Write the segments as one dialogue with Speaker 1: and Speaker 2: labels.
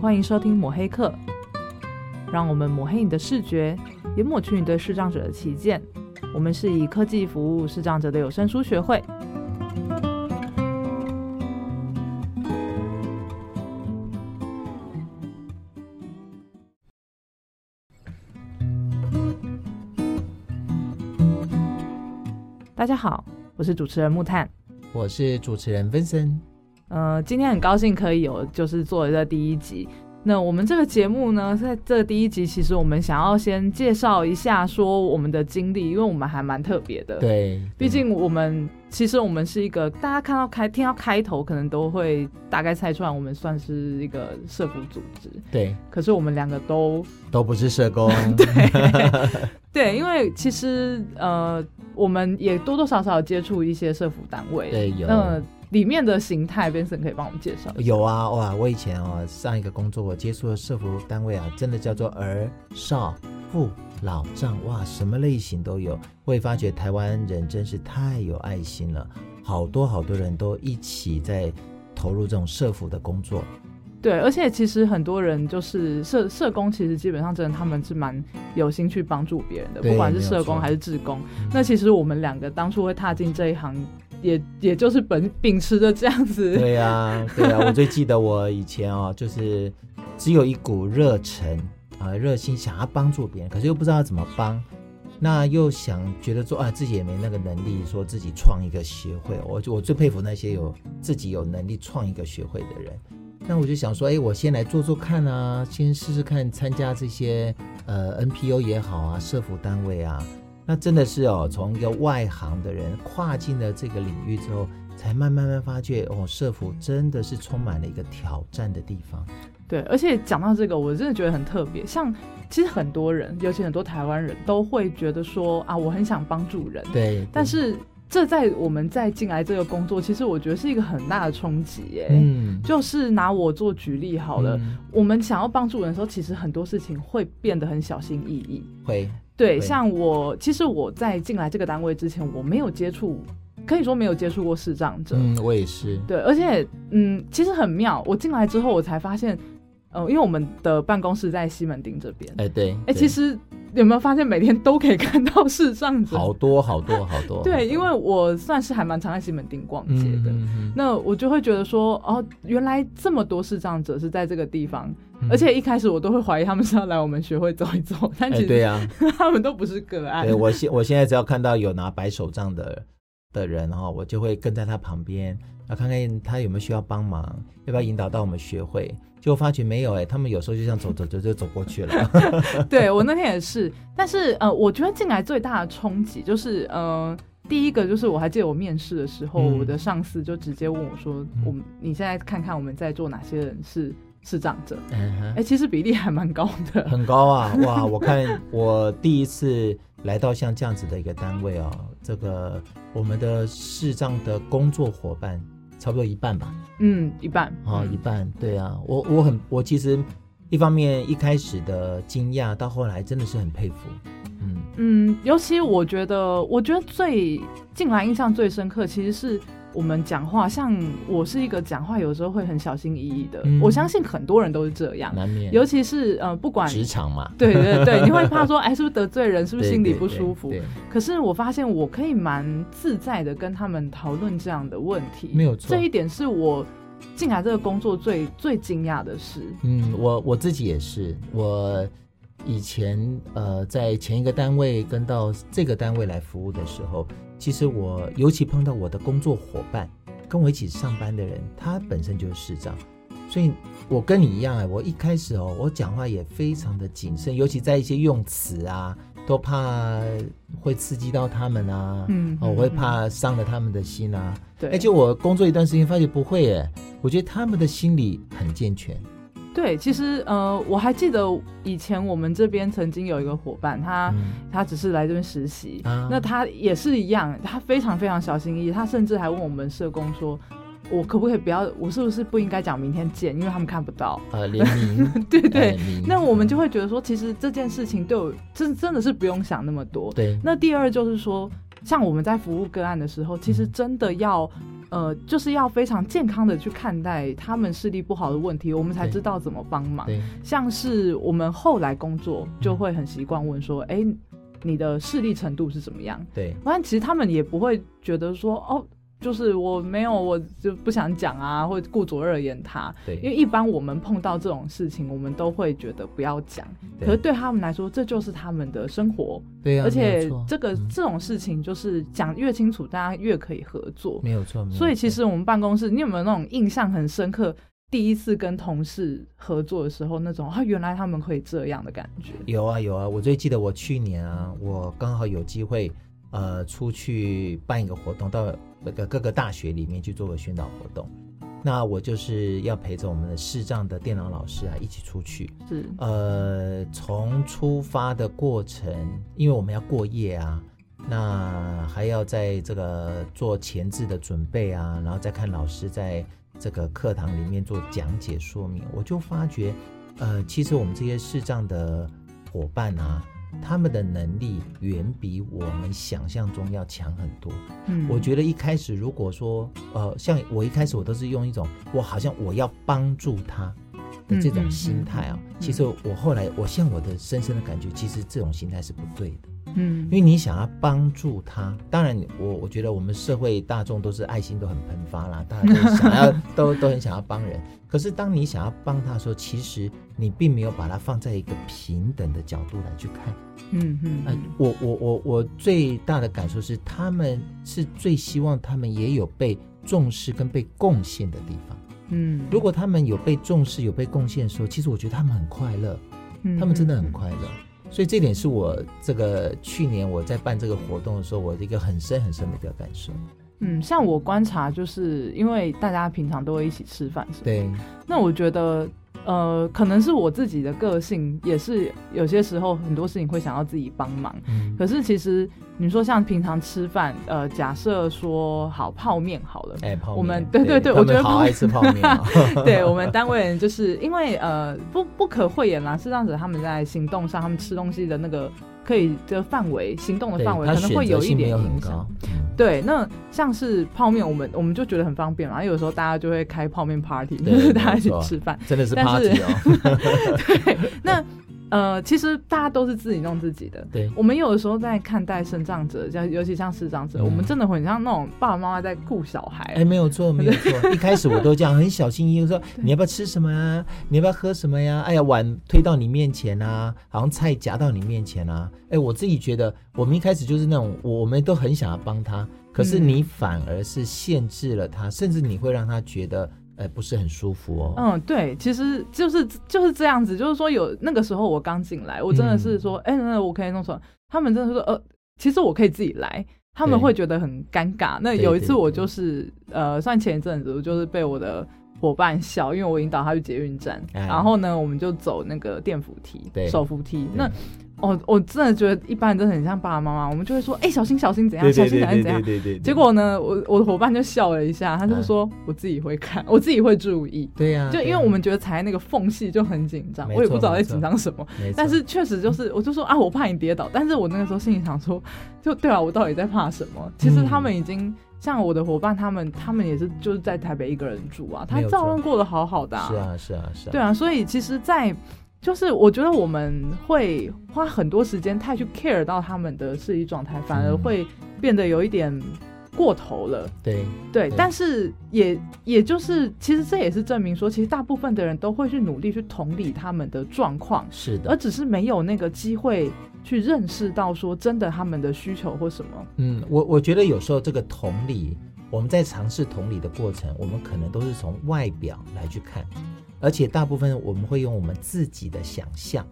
Speaker 1: 欢迎收听抹黑课，让我们抹黑你的视觉，也抹去你对视障者的偏见。我们是以科技服务视障者的有声书学会。大家好，我是主持人木炭。
Speaker 2: 我是主持人 Vincent。
Speaker 1: 呃，今天很高兴可以有就是做这第一集。那我们这个节目呢，在这第一集，其实我们想要先介绍一下说我们的经历，因为我们还蛮特别的。，
Speaker 2: 对，
Speaker 1: 呃毕竟我们其实我们是一个大家看到开听到开头，可能都会大概猜出来，我们算是一个社服组织。
Speaker 2: 对
Speaker 1: 可是我们两个都
Speaker 2: 都不是 社工，
Speaker 1: 对，因为其实呃，我们也多多少少有接触一些社服单位。
Speaker 2: 对有
Speaker 1: 那里面的形态，Benson 可以帮我们介绍一下。
Speaker 2: 有啊哇！我以前哦上一个工作我接触的社服单位啊，真的叫做儿少妇老障哇，什么类型都有。会发觉台湾人真是太有爱心了，好多好多人都一起在投入这种社服的工作。
Speaker 1: 对，而且其实很多人就是社社工，其实基本上真的他们是蛮有心去帮助别人的，
Speaker 2: 对
Speaker 1: 不管是
Speaker 2: 没
Speaker 1: 社
Speaker 2: 有错
Speaker 1: 工还是志工。那其实我们两个当初会踏进这一行，也也就是本秉持着这样子，
Speaker 2: 对呀、对呀、我最记得我以前哦，就是只有一股热忱啊、热心想要帮助别人，可是又不知道怎么帮，那又想觉得说啊，自己也没那个能力，说自己创一个协会。我就我最佩服那些有自己有能力创一个学会的人。那我就想说，哎，我先来做做看啊，先试试看参加这些呃 NPO 也好啊，社服单位啊。那真的是哦，从一个外行的人跨进了这个领域之后，才慢慢慢发觉哦，社服真的是充满了一个挑战的地方。
Speaker 1: 对。而且讲到这个，我真的觉得很特别。像其实很多人，尤其很多台湾人都会觉得说啊，我很想帮助人，
Speaker 2: 对，
Speaker 1: 但是这在我们再进来这个工作，其实我觉得是一个很大的冲击耶。
Speaker 2: 嗯，
Speaker 1: 哎就是拿我做举例好了，
Speaker 2: 嗯
Speaker 1: 我们想要帮助人的时候，其实很多事情会变得很小心翼翼。
Speaker 2: 会
Speaker 1: 对，
Speaker 2: 对
Speaker 1: 像我，其实我在进来这个单位之前，我没有接触，可以说没有接触过视障者。
Speaker 2: 嗯，我也是，
Speaker 1: 对，而且嗯，其实很妙，我进来之后，我才发现，呃，因为我们的办公室在西门町这边，
Speaker 2: 哎，对，
Speaker 1: 哎、
Speaker 2: 对
Speaker 1: 其实有没有发现每天都可以看到视障者？
Speaker 2: 好多好多好多，
Speaker 1: 对，因为我算是还蛮常在西门町逛街的。
Speaker 2: 嗯，
Speaker 1: 那我就会觉得说，哦，原来这么多视障者是在这个地方，
Speaker 2: 嗯
Speaker 1: 而且一开始我都会怀疑他们是要来我们学会走一走， 但
Speaker 2: 哎，
Speaker 1: 其
Speaker 2: 对
Speaker 1: 实啊
Speaker 2: 呀，
Speaker 1: 他们都不是个案。
Speaker 2: 对我现我现在只要看到有拿白手杖的的人哈、哦，我就会跟在他旁边，然后看看他有没有需要帮忙，要不要引导到我们学会。结果发觉没有哎、他们有时候就这样走走走就走过去了。
Speaker 1: 对我那天也是，但是呃，我觉得进来最大的冲击就是，呃，第一个就是我还记得我面试的时候，
Speaker 2: 嗯
Speaker 1: 我的上司就直接问我说，
Speaker 2: 嗯
Speaker 1: 我们你现在看看我们在座哪些人是视障者？
Speaker 2: 嗯哼
Speaker 1: 哎、其实比例还蛮高 的。
Speaker 2: 很高啊！哇，我看我第一次来到像这样子的一个单位哦，这个我们的视障的工作伙伴差不多一半吧，
Speaker 1: 嗯，一半。
Speaker 2: 啊、
Speaker 1: 嗯
Speaker 2: 一半，对啊，我我很我其实一方面一开始的惊讶，到后来真的是很佩服，嗯，
Speaker 1: 嗯，尤其我觉得，我觉得最近来印象最深刻，其实是我们讲话，像我是一个讲话有时候会很小心翼翼的，
Speaker 2: 嗯
Speaker 1: 我相信很多人都是这样，
Speaker 2: 难免
Speaker 1: 尤其是呃，不管
Speaker 2: 职场嘛，
Speaker 1: 对对对，你会怕说，哎，是不是得罪人，是
Speaker 2: 是
Speaker 1: 不是心里不舒服？
Speaker 2: 对对
Speaker 1: 可是我发现我可以蛮自在的跟他们讨论这样的问题，
Speaker 2: 没有错
Speaker 1: 这一点是我进来这个工作最最惊讶的事。
Speaker 2: 嗯，我我自己也是，我以前呃在前一个单位跟到这个单位来服务的时候，其实我尤其碰到我的工作伙伴，跟我一起上班的人，他本身就是市长，所以我跟你一样哎，我一开始哦，我讲话也非常的谨慎，尤其在一些用词啊，都怕会刺激到他们啊，
Speaker 1: 嗯
Speaker 2: 哦，我会怕伤了他们的心啊，
Speaker 1: 对，
Speaker 2: 而且我工作一段时间发觉不会哎，我觉得他们的心理很健全。
Speaker 1: 对，
Speaker 2: 嗯
Speaker 1: 其实呃，我还记得以前我们这边曾经有一个伙伴，他、
Speaker 2: 嗯
Speaker 1: 他只是来这边实习，
Speaker 2: 啊
Speaker 1: 那他也是一样，他非常非常小心翼翼，他甚至还问我们社工说。我可不可以不要？我是不是不应该讲明天见？因为他们看不到。
Speaker 2: 呃联名，
Speaker 1: 对对，
Speaker 2: 联名
Speaker 1: 那我们就会觉得说，其实这件事情对我真真的是不用想那么多。
Speaker 2: 对
Speaker 1: 那第二就是说，像我们在服务个案的时候，其实真的要，呃，就是要非常健康的去看待他们视力不好的问题，我们才
Speaker 2: 对
Speaker 1: 知道怎么帮忙。
Speaker 2: 对，
Speaker 1: 像是我们后来工作就会很习惯问说，哎、你的视力程度是怎么样？
Speaker 2: 对，
Speaker 1: 但其实他们也不会觉得说，哦，就是我没有，我就不想讲啊，或者顾左而言他。
Speaker 2: 对，
Speaker 1: 因为一般我们碰到这种事情，我们都会觉得不要讲，
Speaker 2: 对
Speaker 1: 可是对他们来说，这就是他们的生活，
Speaker 2: 对啊，
Speaker 1: 而且
Speaker 2: 没有错
Speaker 1: 这个
Speaker 2: 嗯
Speaker 1: 这种事情就是讲越清楚，大家越可以合作。
Speaker 2: 没有错，没有
Speaker 1: 所以其
Speaker 2: 错
Speaker 1: 实我们办公室，你有没有那种印象很深刻？第一次跟同事合作的时候，那种啊，原来他们可以这样的感觉。
Speaker 2: 有啊有啊，我最记得我去年啊，我刚好有机会呃出去办一个活动，到那个各个大学里面去做个宣导活动。那我就是要陪着我们的视障的电脑老师啊一起出去。
Speaker 1: 是，
Speaker 2: 呃，从出发的过程，因为我们要过夜啊，那还要在这个做前置的准备啊，然后再看老师在这个课堂里面做讲解说明，我就发觉，呃，其实我们这些视障的伙伴啊，他们的能力远比我们想象中要强很多。
Speaker 1: 嗯
Speaker 2: 我觉得一开始如果说，呃，像我一开始我都是用一种我好像我要帮助他的这种心态啊、
Speaker 1: 嗯嗯嗯嗯
Speaker 2: 其实我后来我像我的深深的感觉，其实这种心态是不对的，
Speaker 1: 嗯
Speaker 2: 因为你想要帮助他，当然我我觉得我们社会大众都是爱心都很喷发啦，大家都 想要都都很想要帮人，可是当你想要帮他的时候，其实你并没有把它放在一个平等的角度来去看。
Speaker 1: 嗯嗯
Speaker 2: 呃，我我我我最大的感受是，他们是最希望他们也有被重视跟被贡献的地方。
Speaker 1: 嗯
Speaker 2: 如果他们有被重视、有被贡献的时候，其实我觉得他们很快乐，
Speaker 1: 嗯
Speaker 2: 他们真的很快乐。所以这点是我这个去年我在办这个活动的时候，我的一个很深很深的一个感受。
Speaker 1: 嗯，像我观察，就是因为大家平常都会一起吃饭，是吧？
Speaker 2: 对，
Speaker 1: 那我觉得，呃，可能是我自己的个性，也是有些时候很多事情会想要自己帮忙。
Speaker 2: 嗯，
Speaker 1: 可是其实你说像平常吃饭，呃，假设说好泡面好了，
Speaker 2: 哎，泡面，
Speaker 1: 我们对对对我
Speaker 2: 他
Speaker 1: 觉
Speaker 2: 们
Speaker 1: 得
Speaker 2: 好
Speaker 1: 泡
Speaker 2: 爱吃泡面啊。
Speaker 1: 对我们单位人，就是因为呃不不可讳言啦，视障者他们在行动上，他们吃东西的那个可以的范围，行动的
Speaker 2: 对
Speaker 1: 范围
Speaker 2: 他
Speaker 1: 可能会
Speaker 2: 选择
Speaker 1: 有一
Speaker 2: 性没
Speaker 1: 点
Speaker 2: 有很
Speaker 1: 影响
Speaker 2: 高。。嗯
Speaker 1: 对，那像是泡面，我们我们就觉得很方便嘛，因为有时候大家就会开泡面 party，
Speaker 2: 对
Speaker 1: 就是大家一起
Speaker 2: 没错
Speaker 1: 吃饭。
Speaker 2: 真的是
Speaker 1: 但是
Speaker 2: party 哦。
Speaker 1: 对，那呃，其实大家都是自己弄自己的。
Speaker 2: 对，
Speaker 1: 我们有的时候在看待生长者，像尤其像视障者，
Speaker 2: 嗯
Speaker 1: 我们真的很像那种爸爸妈妈在顾小孩。
Speaker 2: 哎，没有错，没有 错。一开始我都这样，很小心翼翼地说：“你要不要吃什么啊？你要不要喝什么呀？”哎呀，碗推到你面前啊，好像菜夹到你面前啊。哎，我自己觉得，我们一开始就是那种，我我们都很想要帮他，可是
Speaker 1: 嗯
Speaker 2: 你反而是限制了他，甚至你会让他觉得，呃，不是很舒服哦。
Speaker 1: 嗯，对，其实就是就是这样子，就是说有那个时候我刚进来，我真的
Speaker 2: 嗯
Speaker 1: 是说，哎、那我可以弄什么？他们真的说，呃，其实我可以自己来，他们
Speaker 2: 对
Speaker 1: 会觉得很尴尬。那
Speaker 2: 对
Speaker 1: 有一
Speaker 2: 对
Speaker 1: 次我
Speaker 2: 对
Speaker 1: 就是，呃，算前一阵子，我就是被我的伙伴笑，因为我引导他去捷运站，
Speaker 2: 哎
Speaker 1: 然后呢，我们就走那个电扶梯
Speaker 2: 对、
Speaker 1: 手扶梯
Speaker 2: 对，
Speaker 1: 那。哦，我真的觉得一般人真的很像爸爸妈妈，我们就会说，哎、小心小心怎样，小心小心怎样。
Speaker 2: 对哎对
Speaker 1: 结果呢，我我的伙伴就笑了一下，他就说、我自己会看，我自己会注意。
Speaker 2: 对呀，
Speaker 1: 就
Speaker 2: 嗯对
Speaker 1: 因
Speaker 2: 呀
Speaker 1: 为我们觉得踩在那个缝隙就很紧张，
Speaker 2: 没
Speaker 1: 我也不
Speaker 2: 错
Speaker 1: 知道
Speaker 2: 没
Speaker 1: 在
Speaker 2: 错
Speaker 1: 紧张什么。
Speaker 2: 没错
Speaker 1: 但是确实 就是，我就说啊，我怕你跌倒。但是我那个时候心里想说，就对啊，我到底在怕什么？其实他们已经、像我的伙伴，他们他们也是就是在台北一个人住啊，他
Speaker 2: 没有
Speaker 1: 照
Speaker 2: 错
Speaker 1: 样过得好好的、
Speaker 2: 是啊是啊是啊，
Speaker 1: 对啊，所以其实在，就是我觉得我们会花很多时间太去 care 到他们的视力状态，反而
Speaker 2: 嗯
Speaker 1: 会变得有一点过头了。
Speaker 2: 对
Speaker 1: 对，
Speaker 2: 对
Speaker 1: 但是也也就是，其实这也是证明说，其实大部分的人都会去努力去同理他们的状况，
Speaker 2: 是的
Speaker 1: 而。只是没有那个机会去认识到说真的他们的需求或什么。
Speaker 2: 嗯，我我觉得有时候这个同理，我们在尝试同理的过程，我们可能都是从外表来去看，而且大部分我们会用我们自己的想象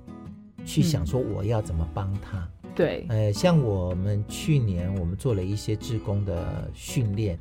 Speaker 2: 去想
Speaker 1: 嗯
Speaker 2: 说我要怎么帮他。
Speaker 1: 对，
Speaker 2: 呃，像我们去年我们做了一些志工的训练，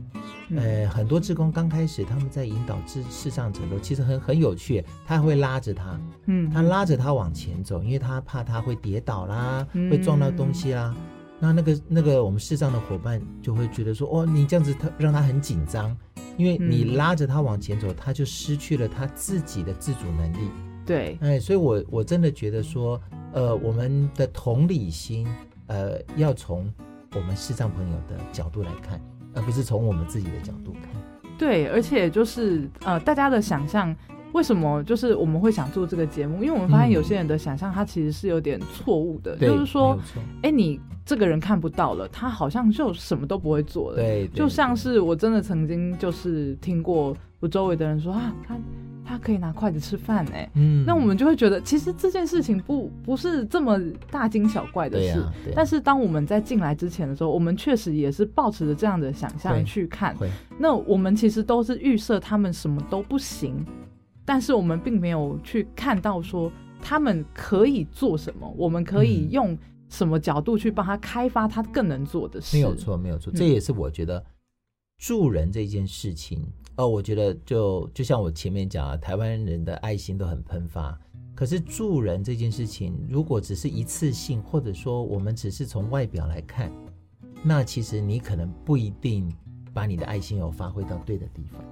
Speaker 1: 嗯
Speaker 2: 呃，很多志工刚开始他们在引导智视障者的时候，其实很很有趣，他还会拉着他，
Speaker 1: 嗯
Speaker 2: 他拉着他往前走，因为他怕他会跌倒啦，
Speaker 1: 嗯
Speaker 2: 会撞到东西啦。那那个那个我们视障的伙伴就会觉得说，哦，你这样子他让他很紧张，因为你
Speaker 1: 嗯
Speaker 2: 拉着他往前走，他就失去了他自己的自主能力。
Speaker 1: 对，
Speaker 2: 哎，所以我我真的觉得说，呃，我们的同理心，呃，要从我们视障朋友的角度来看，而不是从我们自己的角度看。
Speaker 1: 对，而且就是呃，大家的想象，为什么就是我们会想做这个节目？因为我们发现
Speaker 2: 嗯
Speaker 1: 有些人的想象，他其实是有点错误的，
Speaker 2: 对，
Speaker 1: 就是说
Speaker 2: 没有，错，
Speaker 1: 哎、你这个人看不到了，他好像就什么都不会做了。
Speaker 2: 对，
Speaker 1: 就
Speaker 2: 对
Speaker 1: 像
Speaker 2: 对
Speaker 1: 是我真的曾经就是听过我周围的人说啊，他他可以拿筷子吃饭哎、
Speaker 2: 嗯，
Speaker 1: 那我们就会觉得其实这件事情不不是这么大惊小怪的
Speaker 2: 对
Speaker 1: 事。
Speaker 2: 呀，对啊
Speaker 1: 但是当我们在进来之前的时候，我们确实也是抱持着这样的想象
Speaker 2: 会
Speaker 1: 去看。
Speaker 2: 会
Speaker 1: 那我们其实都是预设他们什么都不行，但是我们并没有去看到说他们可以做什么，我们可以
Speaker 2: 嗯
Speaker 1: 用什么角度去帮他开发他更能做的事。
Speaker 2: 没有，错，没有错，这
Speaker 1: 嗯
Speaker 2: 也是我觉得助人这件事情，呃，我觉得就就像我前面讲啊，台湾人的爱心都很喷发，可是助人这件事情，如果只是一次性，或者说我们只是从外表来看，那其实你可能不一定把你的爱心有发挥到对的地方。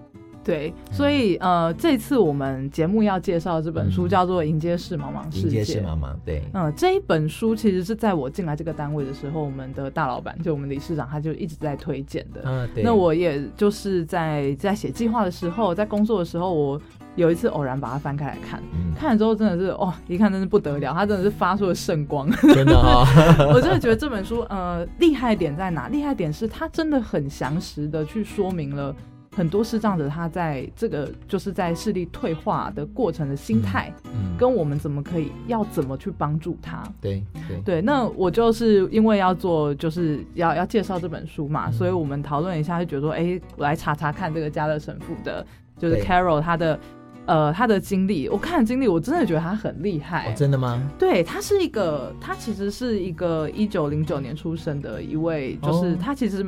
Speaker 1: 对，所以呃，这次我们节目要介绍的这本书
Speaker 2: 嗯
Speaker 1: 叫做《迎接是茫茫世
Speaker 2: 迎
Speaker 1: 界
Speaker 2: 接》。是茫茫，对，
Speaker 1: 嗯，这一本书其实是在我进来这个单位的时候，我们的大老板就我们理事长他就一直在推荐的。
Speaker 2: 啊，对，
Speaker 1: 那我也就是在在写计划的时候，在工作的时候，我有一次偶然把它翻开来看，
Speaker 2: 嗯，
Speaker 1: 看了之后真的是哦，一看真是不得了，它真的是发出了圣光。
Speaker 2: 真的啊哈、
Speaker 1: 我真的觉得这本书呃厉害点在哪？厉害点是它真的很详实的去说明了很多视障者他在这个就是在视力退化的过程的心态，
Speaker 2: 嗯，
Speaker 1: 跟我们怎么可以要怎么去帮助他。
Speaker 2: 对对
Speaker 1: 对，那我就是因为要做，就是要要介绍这本书嘛，
Speaker 2: 嗯
Speaker 1: 所以我们讨论一下，就觉得说，哎，我来查查看这个家乐神父的，就是
Speaker 2: 对
Speaker 1: Carol 他的，呃，他的经历。我看了经历，我真的觉得他很厉害。
Speaker 2: 哦，真的吗？
Speaker 1: 对他是一个，他其实是一个一九零九年出生的一位，就是
Speaker 2: 哦
Speaker 1: 他其实，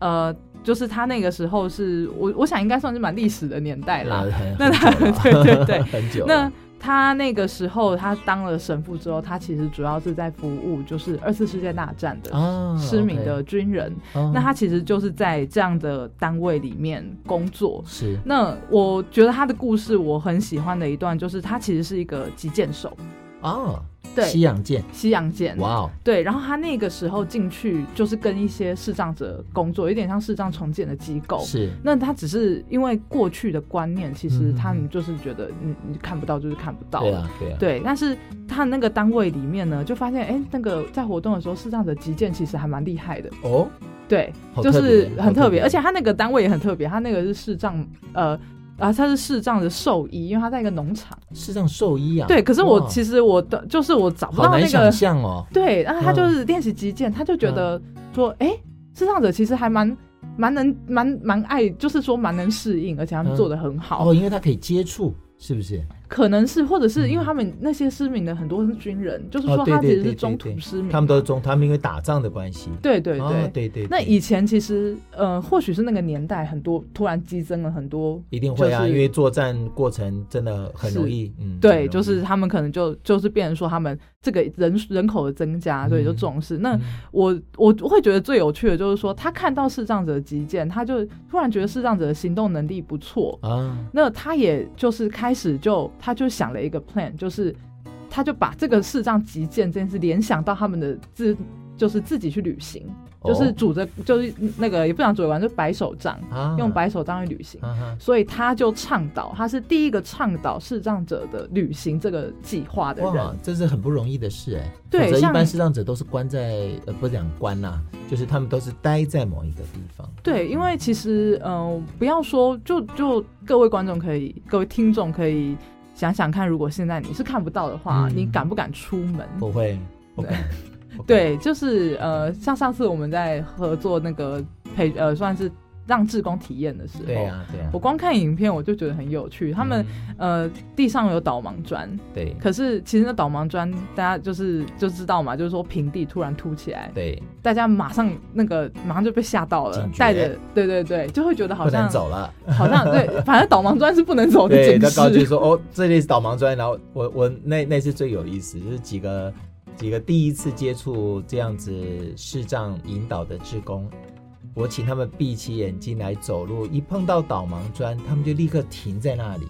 Speaker 1: 呃，就是他那个时候是我我想应该算是蛮历史的年代啦。
Speaker 2: 啊很
Speaker 1: 那他
Speaker 2: 很久
Speaker 1: 对
Speaker 2: 了
Speaker 1: 对对
Speaker 2: 很久了。
Speaker 1: 那他那个时候，他当了神父之后，他其实主要是在服务就是二次世界大战的
Speaker 2: 啊，
Speaker 1: 失明的军人。
Speaker 2: OK，哦
Speaker 1: 那他其实就是在这样的单位里面工作。
Speaker 2: 是
Speaker 1: 那我觉得他的故事我很喜欢的一段，就是他其实是一个击剑手，
Speaker 2: 哦，
Speaker 1: 对
Speaker 2: 西洋剑，
Speaker 1: 西洋剑。
Speaker 2: 哇哦，
Speaker 1: 对，然后他那个时候进去就是跟一些视障者工作，有点像视障重建的机构。
Speaker 2: 是
Speaker 1: 那他只是因为过去的观念，其实
Speaker 2: 嗯
Speaker 1: 他们就是觉得你你看不到就是看不到，
Speaker 2: 对啊，对啊，
Speaker 1: 对，但是他那个单位里面呢，就发现，哎，那个在活动的时候，视障者击剑其实还蛮厉害的，
Speaker 2: 哦，
Speaker 1: 对，
Speaker 2: 好
Speaker 1: 就
Speaker 2: 特
Speaker 1: 是
Speaker 2: 别
Speaker 1: 很
Speaker 2: 好
Speaker 1: 特
Speaker 2: 特
Speaker 1: 别，
Speaker 2: 别
Speaker 1: 而且他那个单位也很特别，他那个是视障，呃。啊，他是视障的兽医，因为他在一个农场。
Speaker 2: 是让兽医啊，
Speaker 1: 对，可是我
Speaker 2: 哇
Speaker 1: 其实我的就是我找不
Speaker 2: 好
Speaker 1: 到
Speaker 2: 难
Speaker 1: 那
Speaker 2: 想
Speaker 1: 个，
Speaker 2: 象哦，
Speaker 1: 对，然后他
Speaker 2: 嗯
Speaker 1: 就是练习击剑，他就觉得说，哎、视障者其实还蛮蛮能蛮蛮爱，就是说蛮能适应，而且他们
Speaker 2: 嗯
Speaker 1: 做的很好。
Speaker 2: 哦，因为它可以接触，是不是？
Speaker 1: 可能是，或者是因为
Speaker 2: 嗯
Speaker 1: 他们那些失明的很多是军人，就是
Speaker 2: 哦
Speaker 1: 说
Speaker 2: 对
Speaker 1: 他其
Speaker 2: 对
Speaker 1: 实是
Speaker 2: 对
Speaker 1: 中
Speaker 2: 对
Speaker 1: 途
Speaker 2: 对
Speaker 1: 失明，
Speaker 2: 他们都是中，他们因为打仗的关系，
Speaker 1: 对嗯对
Speaker 2: 哦
Speaker 1: 对。
Speaker 2: 对对，
Speaker 1: 那
Speaker 2: 对
Speaker 1: 以前其实，呃，或许是那个年代很多突然激增了很多，
Speaker 2: 一定会啊，
Speaker 1: 就是
Speaker 2: 因为作战过程真的很容易，嗯，很容
Speaker 1: 对，
Speaker 2: 易
Speaker 1: 就是他们可能就就是变成说他们这个人人口的增加，所以就
Speaker 2: 嗯
Speaker 1: 重视。那
Speaker 2: 嗯
Speaker 1: 我我我会觉得最有趣的就是说，他看到视障者的击剑，他就突然觉得视障者的行动能力不错，
Speaker 2: 啊，
Speaker 1: 那他也就是开始就他就想了一个 plan，就是他就把这个视障击剑这件事联想到他们的自就是自己去旅行，
Speaker 2: 哦
Speaker 1: 就是拄着就是那个也不想拄着玩，就白手杖，
Speaker 2: 啊
Speaker 1: 用白手杖去旅行。
Speaker 2: 啊哈
Speaker 1: 所以他就倡导，他是第一个倡导视障者的旅行这个计划的
Speaker 2: 哇
Speaker 1: 人。，
Speaker 2: 这是很不容易的事哎。
Speaker 1: 对
Speaker 2: 否则
Speaker 1: 像
Speaker 2: 一般视障者都是关在呃，不是讲关啦、就是他们都是待在某一个地方。
Speaker 1: 对，因为其实，嗯、不要说，就就各位观众可以，各位听众可以想想看，如果现在你是看不到的话，
Speaker 2: 嗯哦
Speaker 1: 你敢不敢出门？
Speaker 2: 不会，不敢，不敢
Speaker 1: 对，就是呃，像上次我们在合作那个培呃，算是让志工体验的时候，
Speaker 2: 对啊，对啊。
Speaker 1: 我光看影片我就觉得很有趣。他们、
Speaker 2: 嗯
Speaker 1: 呃地上有导盲砖，
Speaker 2: 对
Speaker 1: 可是其实那导盲砖大家就是就知道嘛，就是说平地突然凸起来，
Speaker 2: 对，
Speaker 1: 大家马上那个马上就被吓到了
Speaker 2: 警，觉
Speaker 1: 带着对对对，就会觉得好
Speaker 2: 不
Speaker 1: 像
Speaker 2: 能走了。
Speaker 1: 好像对，反正导盲砖是不能走的
Speaker 2: 对，
Speaker 1: 警
Speaker 2: 他告诫
Speaker 1: 示。
Speaker 2: 说哦，这里是导盲砖，然后我我那那次最有意思，就是几个几个第一次接触这样子视障引导的志工。我请他们闭起眼睛来走路，一碰到导盲砖，他们就立刻停在那 里。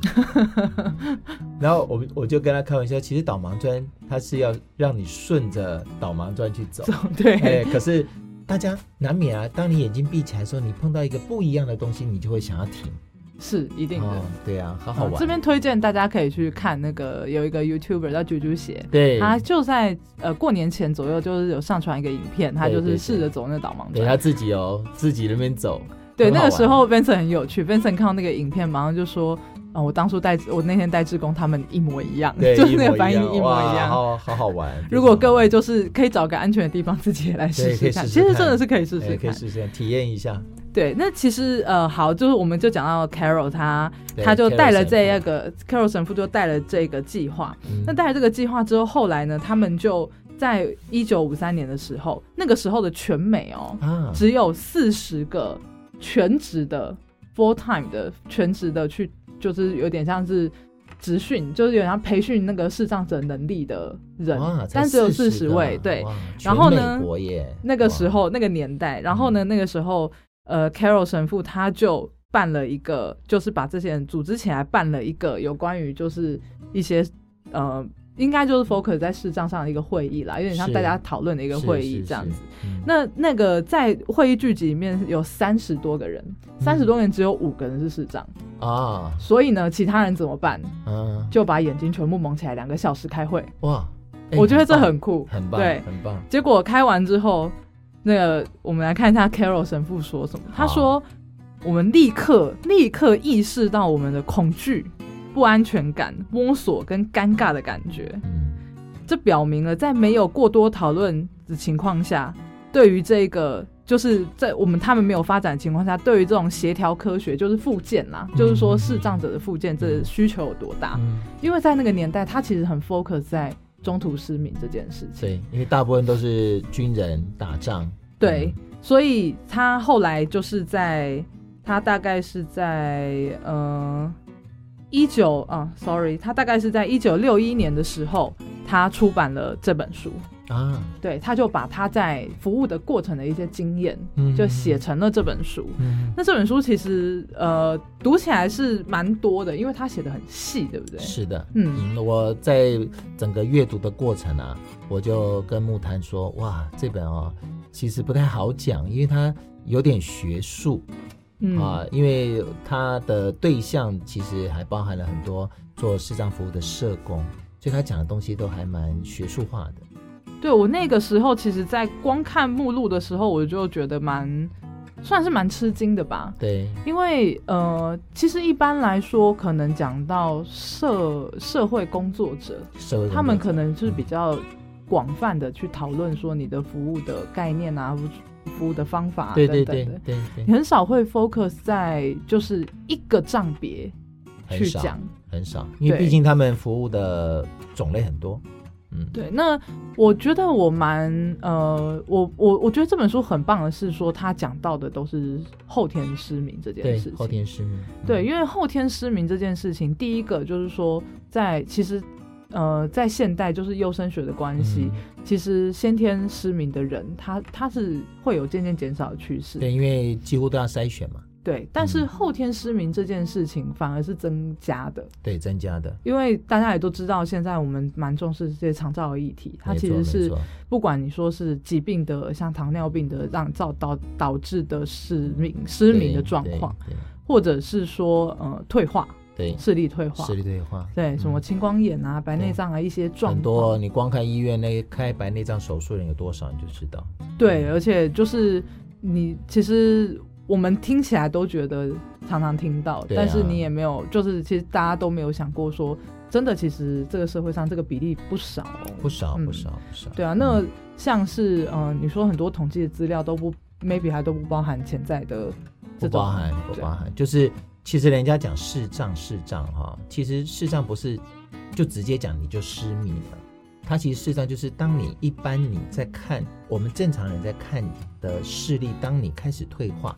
Speaker 2: 然后我们我就跟他开玩笑，其实导盲砖它是要让你顺着导盲砖去走，
Speaker 1: 对、
Speaker 2: 哎，可是大家难免啊，当你眼睛闭起来的时候，你碰到一个不一样的东西，你就会想要停。
Speaker 1: 是一定的
Speaker 2: 哦。，对啊，好好
Speaker 1: 嗯
Speaker 2: 玩。
Speaker 1: 这边推荐大家可以去看那个有一个 YouTuber 叫啾啾鞋，
Speaker 2: 对，
Speaker 1: 他就在呃过年前左右就是有上传一个影片，他
Speaker 2: 对
Speaker 1: 就
Speaker 2: 对
Speaker 1: 是
Speaker 2: 对
Speaker 1: 试着走那导盲
Speaker 2: 对他
Speaker 1: 砖。
Speaker 2: 自己 哦，自己那边走，
Speaker 1: 对，
Speaker 2: 很好
Speaker 1: 那
Speaker 2: 玩
Speaker 1: 个时候 Vincent 很有趣，Vincent 看到那个影片，马上就说：“啊、我当初带我那天带志工他们一模一样，
Speaker 2: 对，
Speaker 1: 就是那
Speaker 2: 一模
Speaker 1: 个
Speaker 2: 一
Speaker 1: 反应
Speaker 2: 样
Speaker 1: 一模一
Speaker 2: 哇
Speaker 1: 样。
Speaker 2: 好好好玩”。
Speaker 1: 如果各位就是可以找个安全的地方，自己也来试
Speaker 2: 对可
Speaker 1: 试
Speaker 2: 以
Speaker 1: 看，
Speaker 2: 试试
Speaker 1: 其实
Speaker 2: 看
Speaker 1: 真的是可以试
Speaker 2: 哎
Speaker 1: 试
Speaker 2: 可
Speaker 1: 看
Speaker 2: 以。试试体验一下，
Speaker 1: 对，那其实呃，好，就是我们就讲到 Carol 他
Speaker 2: 对
Speaker 1: 他就
Speaker 2: Carol
Speaker 1: 带了
Speaker 2: 神父
Speaker 1: 这个 Carol 神父就带了这个计划。
Speaker 2: 嗯
Speaker 1: 那带了这个计划之后，后来呢，他们就在一九五三年的时候，那个时候的全美哦，
Speaker 2: 啊，
Speaker 1: 只有四十个全职的 full time 的全职的去，就是有点像是职训，就是有点像培训那个视障者能力的人
Speaker 2: 哇，才
Speaker 1: 但只有四
Speaker 2: 40
Speaker 1: 十
Speaker 2: 个
Speaker 1: 位
Speaker 2: 啊，
Speaker 1: 对。
Speaker 2: 哇
Speaker 1: 然后
Speaker 2: 全
Speaker 1: 呢
Speaker 2: 美国耶，
Speaker 1: 那个
Speaker 2: 哇嗯
Speaker 1: 时候那个年代，然后呢，那个时候呃，Carol 神父他就办了一个，就是把这些人组织起来，办了一个有关于就是一些呃，应该就是 focus 在视障上的一个会议啦，有点像
Speaker 2: 是
Speaker 1: 大家讨论的一个
Speaker 2: 是
Speaker 1: 会议
Speaker 2: 是
Speaker 1: 这样
Speaker 2: 是
Speaker 1: 子。
Speaker 2: 嗯
Speaker 1: 那那个在会议聚集里面有三十多个人，三十多
Speaker 2: 嗯
Speaker 1: 个人只有五个人是视障，
Speaker 2: 啊，
Speaker 1: 所以呢，其他人怎么办？
Speaker 2: 嗯，
Speaker 1: 就把眼睛全部蒙起来，两个小时开会。
Speaker 2: 哇，哎
Speaker 1: 我觉得这
Speaker 2: 棒
Speaker 1: 很酷，
Speaker 2: 很棒，
Speaker 1: 对
Speaker 2: 很棒，
Speaker 1: 结果开完之后，那个我们来看一下 Carol 神父说什么。他说：“我们立刻立刻意识到我们的恐惧、不安全感、摸索跟尴尬的感觉。
Speaker 2: 嗯，
Speaker 1: 这表明了在没有过多讨论的情况下，对于这个就是在我们他们没有发展的情况下，对于这种协调科学，就是复健啦，
Speaker 2: 嗯
Speaker 1: 就是说视障者的复健，这需求有多大？
Speaker 2: 嗯
Speaker 1: 因为在那个年代，他其实很 focus 在中途失明这件事情。”
Speaker 2: 对，因为大部分都是军人打仗，
Speaker 1: 对，所以他后来就是在他大概是在嗯一九啊，sorry，他大概是在一九六一年的时候，他出版了这本书。
Speaker 2: 嗯啊，
Speaker 1: 对，他就把他在服务的过程的一些经验，
Speaker 2: 嗯
Speaker 1: 就写，成了这本书。
Speaker 2: 嗯，
Speaker 1: 那这本书其实呃读起来是蛮多的，因为他写的很细，对不对？
Speaker 2: 是的。
Speaker 1: 嗯，
Speaker 2: 嗯，我在整个阅读的过程啊，我就跟木坛说，哇，这本哦，其实不太好讲，因为它有点学术，
Speaker 1: 嗯
Speaker 2: 啊，因为它的对象其实还包含了很多做视障服务的社工，所以他讲的东西都还蛮学术化的。
Speaker 1: 对我那个时候，其实，在光看目录的时候，我就觉得蛮算是蛮吃惊的吧。
Speaker 2: 对，
Speaker 1: 因为呃，其实一般来说，可能讲到社社会工作者，
Speaker 2: 社会工作者
Speaker 1: 他们可能是比较广泛的去讨论说你的服务的概念啊、服服务的方法、啊、
Speaker 2: 对对
Speaker 1: 等
Speaker 2: 对
Speaker 1: 等的，
Speaker 2: 对对
Speaker 1: 你，很少会 focus 在就是一个账别去
Speaker 2: 很少
Speaker 1: 讲。
Speaker 2: 很少，因为
Speaker 1: 对
Speaker 2: 毕竟他们服务的种类很多。嗯，
Speaker 1: 对，那我觉得我蛮呃，我我我觉得这本书很棒的是说，他讲到的都是后天失明这件
Speaker 2: 对
Speaker 1: 事，情。
Speaker 2: 后天失明。
Speaker 1: 对，
Speaker 2: 嗯
Speaker 1: 因为后天失明这件事情，第一个就是说在，其实，呃，在现代就是优生学的
Speaker 2: 嗯
Speaker 1: 关系，其实先天失明的人，他他是会有渐渐减少的趋势。
Speaker 2: 嗯对，因为几乎都要筛选嘛，
Speaker 1: 对，但是
Speaker 2: 嗯
Speaker 1: 后天失明这件事情反而是增加的，
Speaker 2: 对，增加的。
Speaker 1: 因为大家也都知道，现在我们蛮重视这些长照的议题，它
Speaker 2: 没
Speaker 1: 其
Speaker 2: 错
Speaker 1: 实
Speaker 2: 没
Speaker 1: 是
Speaker 2: 错
Speaker 1: 不管你说是疾病的，像糖尿病的让造导导致的失明失明的
Speaker 2: 对
Speaker 1: 状
Speaker 2: 对
Speaker 1: 况，
Speaker 2: 对
Speaker 1: 或者是说呃退化。
Speaker 2: 对
Speaker 1: 视力退化，
Speaker 2: 视力对话，
Speaker 1: 对，什么青光眼啊、白内障啊一些状
Speaker 2: 嗯很多
Speaker 1: 况，
Speaker 2: 你光看医院那开白内障手术的人有多少，你就知道。
Speaker 1: 对，而且就是你其实我们听起来都觉得常常听到，
Speaker 2: 对啊
Speaker 1: 但是你也没有，就是其实大家都没有想过说，真的，其实这个社会上这个比例不少、
Speaker 2: 不少
Speaker 1: 嗯
Speaker 2: 不少不少。嗯
Speaker 1: 对啊，那像是嗯、呃你说很多统计的资料都不，maybe 还都不包含潜在的
Speaker 2: 不
Speaker 1: 这种，
Speaker 2: 包含不
Speaker 1: 对
Speaker 2: 包含，就是其实人家讲视障视障哈，其实视障不是就直接讲你就失明了，它其实视障就是当你一般你在看我们正常人在看的视力，当你开始退化。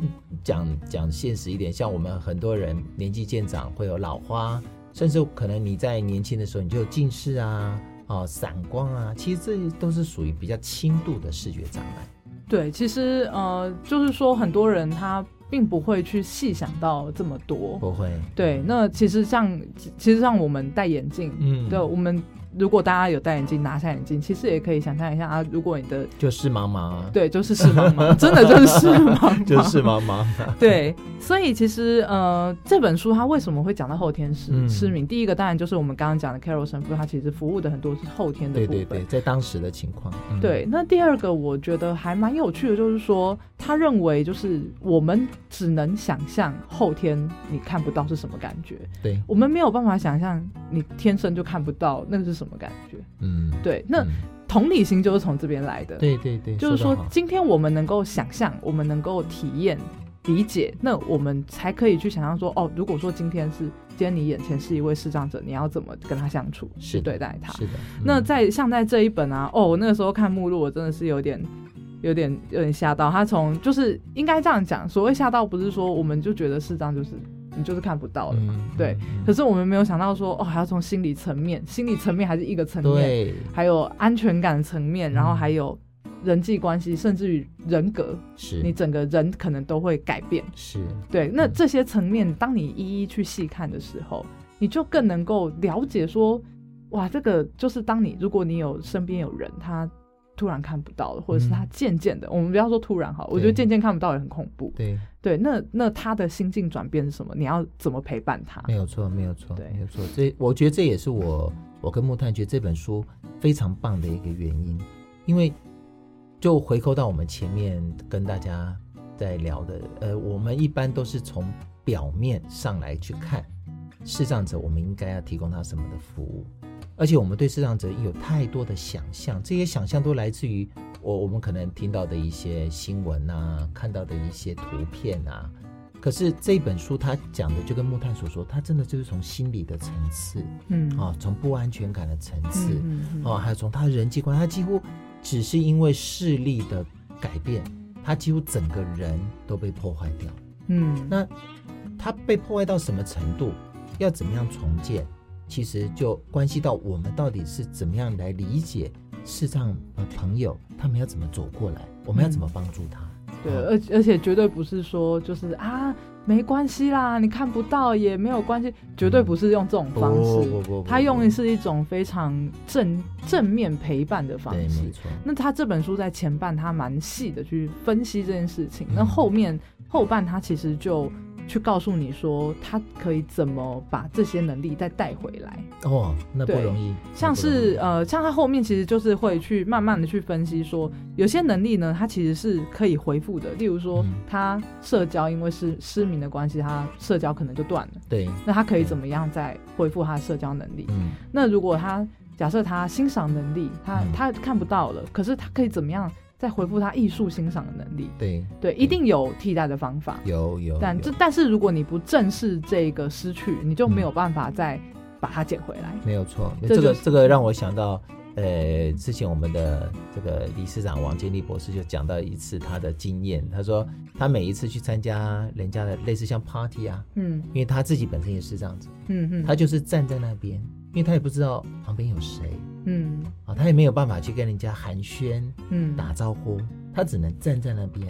Speaker 2: 嗯讲讲现实一点，像我们很多人年纪渐长会有老花，甚至可能你在年轻的时候你就有近视啊、哦散光啊，其实这都是属于比较轻度的视觉障碍。
Speaker 1: 对，其实呃，就是说很多人他并不会去细想到这么多，
Speaker 2: 不会，
Speaker 1: 对，那其实像其其实像我们戴眼镜，
Speaker 2: 嗯
Speaker 1: 对，我们如果大家有戴眼镜，拿下眼镜，其实也可以想象一下啊，如果你的
Speaker 2: 就是茫茫啊，
Speaker 1: 对，就是视茫 茫，真的 就是视茫茫，
Speaker 2: 就是茫茫啊，
Speaker 1: 对，所以其实呃，这本书它为什么会讲到后天失、
Speaker 2: 嗯
Speaker 1: 失明？第一个当然就是我们刚刚讲的 Carol 神父，他其实服务的很多是后天的
Speaker 2: 对
Speaker 1: 部分。
Speaker 2: 对对，在当时的情况，嗯
Speaker 1: 对，那第二个我觉得还蛮有趣的，就是说他认为就是我们只能想象后天你看不到是什么感觉，
Speaker 2: 对，
Speaker 1: 我们没有办法想象你天生就看不到那个是什么感觉。
Speaker 2: 嗯，
Speaker 1: 对，那
Speaker 2: 嗯
Speaker 1: 同理心就是从这边来的。
Speaker 2: 对对对，
Speaker 1: 就是
Speaker 2: 说
Speaker 1: 说
Speaker 2: 得好，
Speaker 1: 今天我们能够想象，我们能够体验、理解，那我们才可以去想象说，哦，如果说今天是今天你眼前是一位视障者，你要怎么跟他相处，
Speaker 2: 是的
Speaker 1: 对待他？
Speaker 2: 是的，
Speaker 1: 那
Speaker 2: 嗯
Speaker 1: 在像在这一本啊，哦，我那个时候看目录，我真的是有点。有点有点吓到他从就是应该这样讲，所谓吓到不是说我们就觉得视障就是你就是看不到了嘛，
Speaker 2: 嗯
Speaker 1: 对
Speaker 2: 嗯
Speaker 1: 可是我们没有想到说哦还要从心理层面，心理层面还是一个层面，
Speaker 2: 对
Speaker 1: 还有安全感层面，
Speaker 2: 嗯
Speaker 1: 然后还有人际关系，甚至于人格，
Speaker 2: 是
Speaker 1: 你整个人可能都会改变。
Speaker 2: 是
Speaker 1: 对，那
Speaker 2: 嗯
Speaker 1: 这些层面，当你一一去细看的时候，你就更能够了解说，哇，这个就是当你如果你有身边有人他突然看不到了，或者是他
Speaker 2: 嗯
Speaker 1: 渐渐的，我们不要说突然哈，我觉
Speaker 2: 对
Speaker 1: 得渐渐看不到也很恐怖。
Speaker 2: 对，
Speaker 1: 对，那那他的心境转变是什么？你要怎么陪伴他？
Speaker 2: 没有错，没有错，
Speaker 1: 对
Speaker 2: 没有错。这我觉得这也是我我跟木炭觉得这本书非常棒的一个原因，因为就回扣到我们前面跟大家在聊的，呃，我们一般都是从表面上来去看视障者，我们应该要提供他什么的服务，而且我们对视障者有太多的想象，这些想象都来自于我我们可能听到的一些新闻啊，看到的一些图片啊。可是这本书它讲的就跟木炭所说，它真的就是从心理的层次
Speaker 1: 嗯，
Speaker 2: 啊，从不安全感的层次，
Speaker 1: 嗯，嗯
Speaker 2: 哦，，还有从他的人际关系，他几乎只是因为视力的改变，他几乎整个人都被破坏掉。
Speaker 1: 嗯，
Speaker 2: 那他被破坏到什么程度，要怎么样重建，其实就关系到我们到底是怎么样来理解视障呃朋友，他们要怎么走过来，我
Speaker 1: 嗯
Speaker 2: 们要怎么帮助他。
Speaker 1: 对，
Speaker 2: 哦
Speaker 1: 而而且绝对不是说就是啊，没关系啦，你看不到也没有关系，绝对不是用这种方
Speaker 2: 不
Speaker 1: 式，
Speaker 2: 不不不，
Speaker 1: 他用的
Speaker 2: 不
Speaker 1: 是一种非常正正面陪伴的方
Speaker 2: 对，没
Speaker 1: 式。
Speaker 2: 错，
Speaker 1: 那他这本书在前半他蛮细的去分析这件事情，
Speaker 2: 嗯
Speaker 1: 那后面后半他其实就去告诉你说他可以怎么把这些能力再带回来。
Speaker 2: 哦，那不
Speaker 1: 对
Speaker 2: 容易，
Speaker 1: 像
Speaker 2: 那不容易
Speaker 1: 是呃，像他后面其实就是会去慢慢的去分析说，有些能力呢，它其实是可以恢复的。例如说
Speaker 2: 嗯，
Speaker 1: 他社交因为失失明的关系，他社交可能就断了，
Speaker 2: 对，
Speaker 1: 那他可以怎么样再恢复他的社交能力？
Speaker 2: 嗯，
Speaker 1: 那如果他假设他欣赏能力，他
Speaker 2: 嗯
Speaker 1: 他看不到了，可是他可以怎么样再恢复他艺术欣赏的能力？
Speaker 2: 对，
Speaker 1: 对，一定有替代的方法。
Speaker 2: 有有，
Speaker 1: 但
Speaker 2: 有
Speaker 1: 这但是如果你不正视这个失去，你就
Speaker 2: 嗯
Speaker 1: 没有办法再把它捡回来。
Speaker 2: 没有错，
Speaker 1: 这
Speaker 2: 这个
Speaker 1: 就是
Speaker 2: 这个让我想到，呃，之前我们的这个理事长王建立博士就讲到一次他的经验，他说他每一次去参加人家的类似像 party 啊，
Speaker 1: 嗯
Speaker 2: 因为他自己本身也是这样子，
Speaker 1: 嗯嗯，
Speaker 2: 他就是站在那边，因为他也不知道旁边有谁
Speaker 1: 嗯
Speaker 2: 啊，他也没有办法去跟人家寒暄
Speaker 1: 嗯
Speaker 2: 打招呼，他只能站在那边。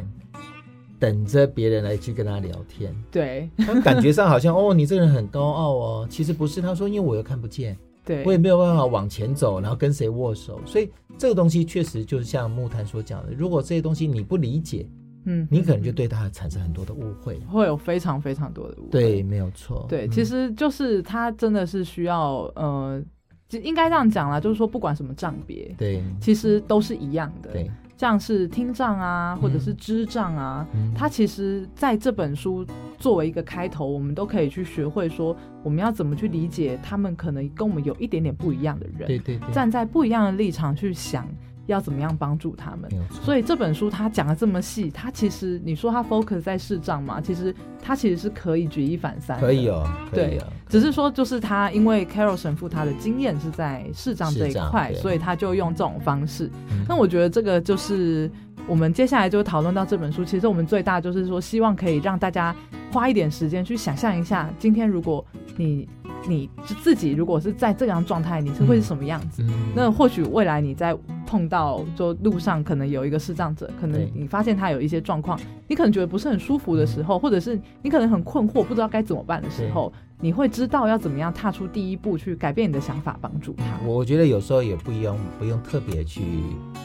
Speaker 2: 等着别人来去跟他聊天，
Speaker 1: 对
Speaker 2: 他感觉上好像哦，你这个人很高傲哦，其实不是。他说，因为我又看不见，
Speaker 1: 对，
Speaker 2: 我也没有办法往前走，然后跟谁握手。所以这个东西确实就是像木炭所讲的，如果这些东西你不理解，
Speaker 1: 嗯，
Speaker 2: 你可能就对它产生很多的误会。
Speaker 1: 会有非常非常多的误会。
Speaker 2: 对，没有错。
Speaker 1: 对，
Speaker 2: 嗯
Speaker 1: 其实就是他真的是需要呃，其应该这样讲啦，就是说不管什么障别，
Speaker 2: 对
Speaker 1: 其实都是一样的，
Speaker 2: 对，
Speaker 1: 像是听障啊，或者
Speaker 2: 嗯
Speaker 1: 是智障啊。
Speaker 2: 嗯
Speaker 1: 它其实在这本书作为一个开头，我们都可以去学会说，我们要怎么去理解他们可能跟我们有一点点不一样的人，
Speaker 2: 对对对，
Speaker 1: 站在不一样的立场去想要怎么样帮助他们
Speaker 2: 没。有错。
Speaker 1: 所以这本书它讲的这么细，它其实你说它 focus 在视障嘛，其实它其实是可以举一反三，
Speaker 2: 可以。哦，可以
Speaker 1: 对
Speaker 2: 哦，
Speaker 1: 只是说，就是他因为 Carol 神父他的经验是在视障这一
Speaker 2: 视障
Speaker 1: 块，
Speaker 2: 对
Speaker 1: 所以他就用这种方式。
Speaker 2: 嗯
Speaker 1: 那我觉得这个就是我们接下来就讨论到这本书，其实我们最大就是说，希望可以让大家花一点时间去想象一下，今天如果你你自己如果是在这样状态，你是会是什么样子？
Speaker 2: 嗯
Speaker 1: 那或许未来你在碰到，就路上可能有一个视障者，可能
Speaker 2: 对
Speaker 1: 你发现他有一些状况，你可能觉得不是很舒服的时候，或者是你可能很困惑，不知道该怎么办的时候，你会知道要怎么样踏出第一步去改变你的想法，帮助他。
Speaker 2: 我我觉得有时候也不用不用特别去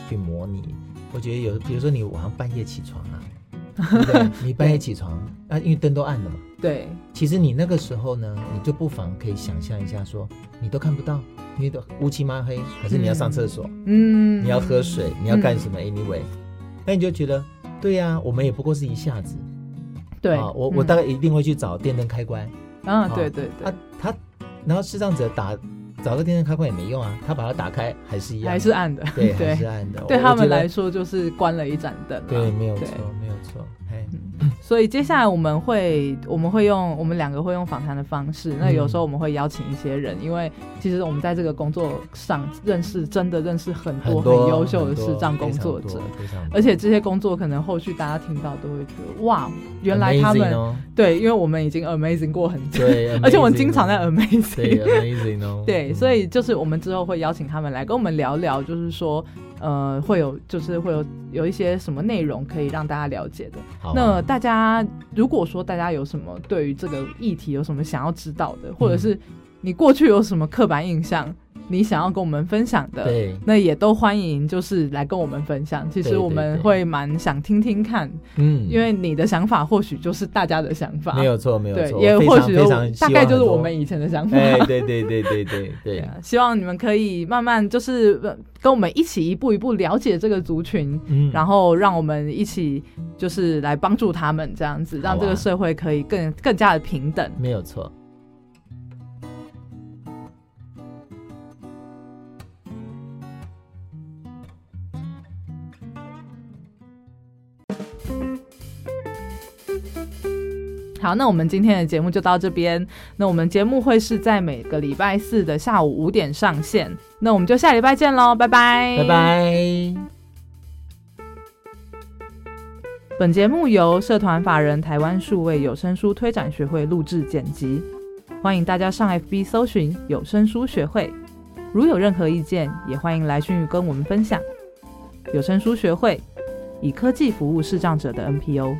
Speaker 2: 去模拟。我觉得有，比如说你晚上半夜起床啊， 对不对你半夜起床，啊，因为灯都暗了嘛。
Speaker 1: 对，
Speaker 2: 其实你那个时候呢，你就不妨可以想象一下说，你都看不到，你都乌漆嘛黑，可是你要上厕所，
Speaker 1: 嗯，
Speaker 2: 你要喝水，你要干什么、a n y w a y 那你就觉得，对呀、我们也不过是一下子。
Speaker 1: 对，
Speaker 2: 啊我我
Speaker 1: 嗯
Speaker 2: 大概一定会去找电灯开关。
Speaker 1: 啊，
Speaker 2: 啊
Speaker 1: 对对对
Speaker 2: 啊，，他，然后视障者打找个电灯开关也没用啊，他把它打开还是一样，
Speaker 1: 还是暗的，
Speaker 2: 对，还
Speaker 1: 对
Speaker 2: 是，暗的。
Speaker 1: 对
Speaker 2: 我
Speaker 1: 他们，
Speaker 2: 我
Speaker 1: 来
Speaker 2: 觉
Speaker 1: 说就是关了一盏灯啊啦。
Speaker 2: 得对，没有错
Speaker 1: 对，嗯
Speaker 2: 没有错。哎，
Speaker 1: 所以接下来我们会，我们会用我们两个会用访谈的方式。那
Speaker 2: 嗯
Speaker 1: 有时候我们会邀请一些人，因为其实我们在这个工作上认识，真的认识很
Speaker 2: 很
Speaker 1: 多很
Speaker 2: 多
Speaker 1: 优秀的
Speaker 2: 很多
Speaker 1: 视障工作者，
Speaker 2: 非常多，
Speaker 1: 而且这些工作可能后续大家听到都会觉得哇，原来他们、
Speaker 2: Amazing 哦
Speaker 1: 对，因为我们已经 amazing 过很久，
Speaker 2: 对，
Speaker 1: 而且我们
Speaker 2: amazing
Speaker 1: 经常在
Speaker 2: 哦
Speaker 1: amazing
Speaker 2: 对。amazing 哦，
Speaker 1: 对，
Speaker 2: 嗯
Speaker 1: 所以就是我们之后会邀请他们来跟我们聊聊，就是说，呃，会有就是会有有一些什么内容可以让大家了解的。
Speaker 2: 好啊
Speaker 1: 那呃大家如果说大家有什么对于这个议题有什么想要知道的，或者
Speaker 2: 嗯
Speaker 1: 是你过去有什么刻板印象，你想要跟我们分享的，
Speaker 2: 对，
Speaker 1: 那也都欢迎就是来跟我们分享。其
Speaker 2: 对
Speaker 1: 实
Speaker 2: 对
Speaker 1: 我们会蛮想听听看，
Speaker 2: 嗯，
Speaker 1: 因为你的想法或许就是大家的想法，
Speaker 2: 没有错，没有
Speaker 1: 对，
Speaker 2: 错，
Speaker 1: 也
Speaker 2: 我非
Speaker 1: 或
Speaker 2: 常
Speaker 1: 许
Speaker 2: 非
Speaker 1: 就
Speaker 2: 常
Speaker 1: 大
Speaker 2: 希
Speaker 1: 概
Speaker 2: 望
Speaker 1: 就是
Speaker 2: 很
Speaker 1: 我
Speaker 2: 多
Speaker 1: 们以前的想法。
Speaker 2: 哎，对对对对对
Speaker 1: 对
Speaker 2: 对，
Speaker 1: 啊 希望你们可以慢慢就是呃跟我们一起一步一步了解这个族群，
Speaker 2: 嗯，
Speaker 1: 然后让我们一起就是来帮助他们，这样子
Speaker 2: 好啊
Speaker 1: 让这个社会可以更更加的平等。
Speaker 2: 没有错。
Speaker 1: 好，那我们今天的节目就到这边。那我们节目会是在每个礼拜四的下午五点上线。那我们就下礼拜见喽，拜拜，哎
Speaker 2: 拜。拜。
Speaker 1: 本节目由社团法人台湾数位有声书推展学会录制剪辑，欢迎大家上 FB 搜寻有声书学会。如有任何意见，也欢迎来讯与跟我们分享。有声书学会以科技服务视障者的 NPO。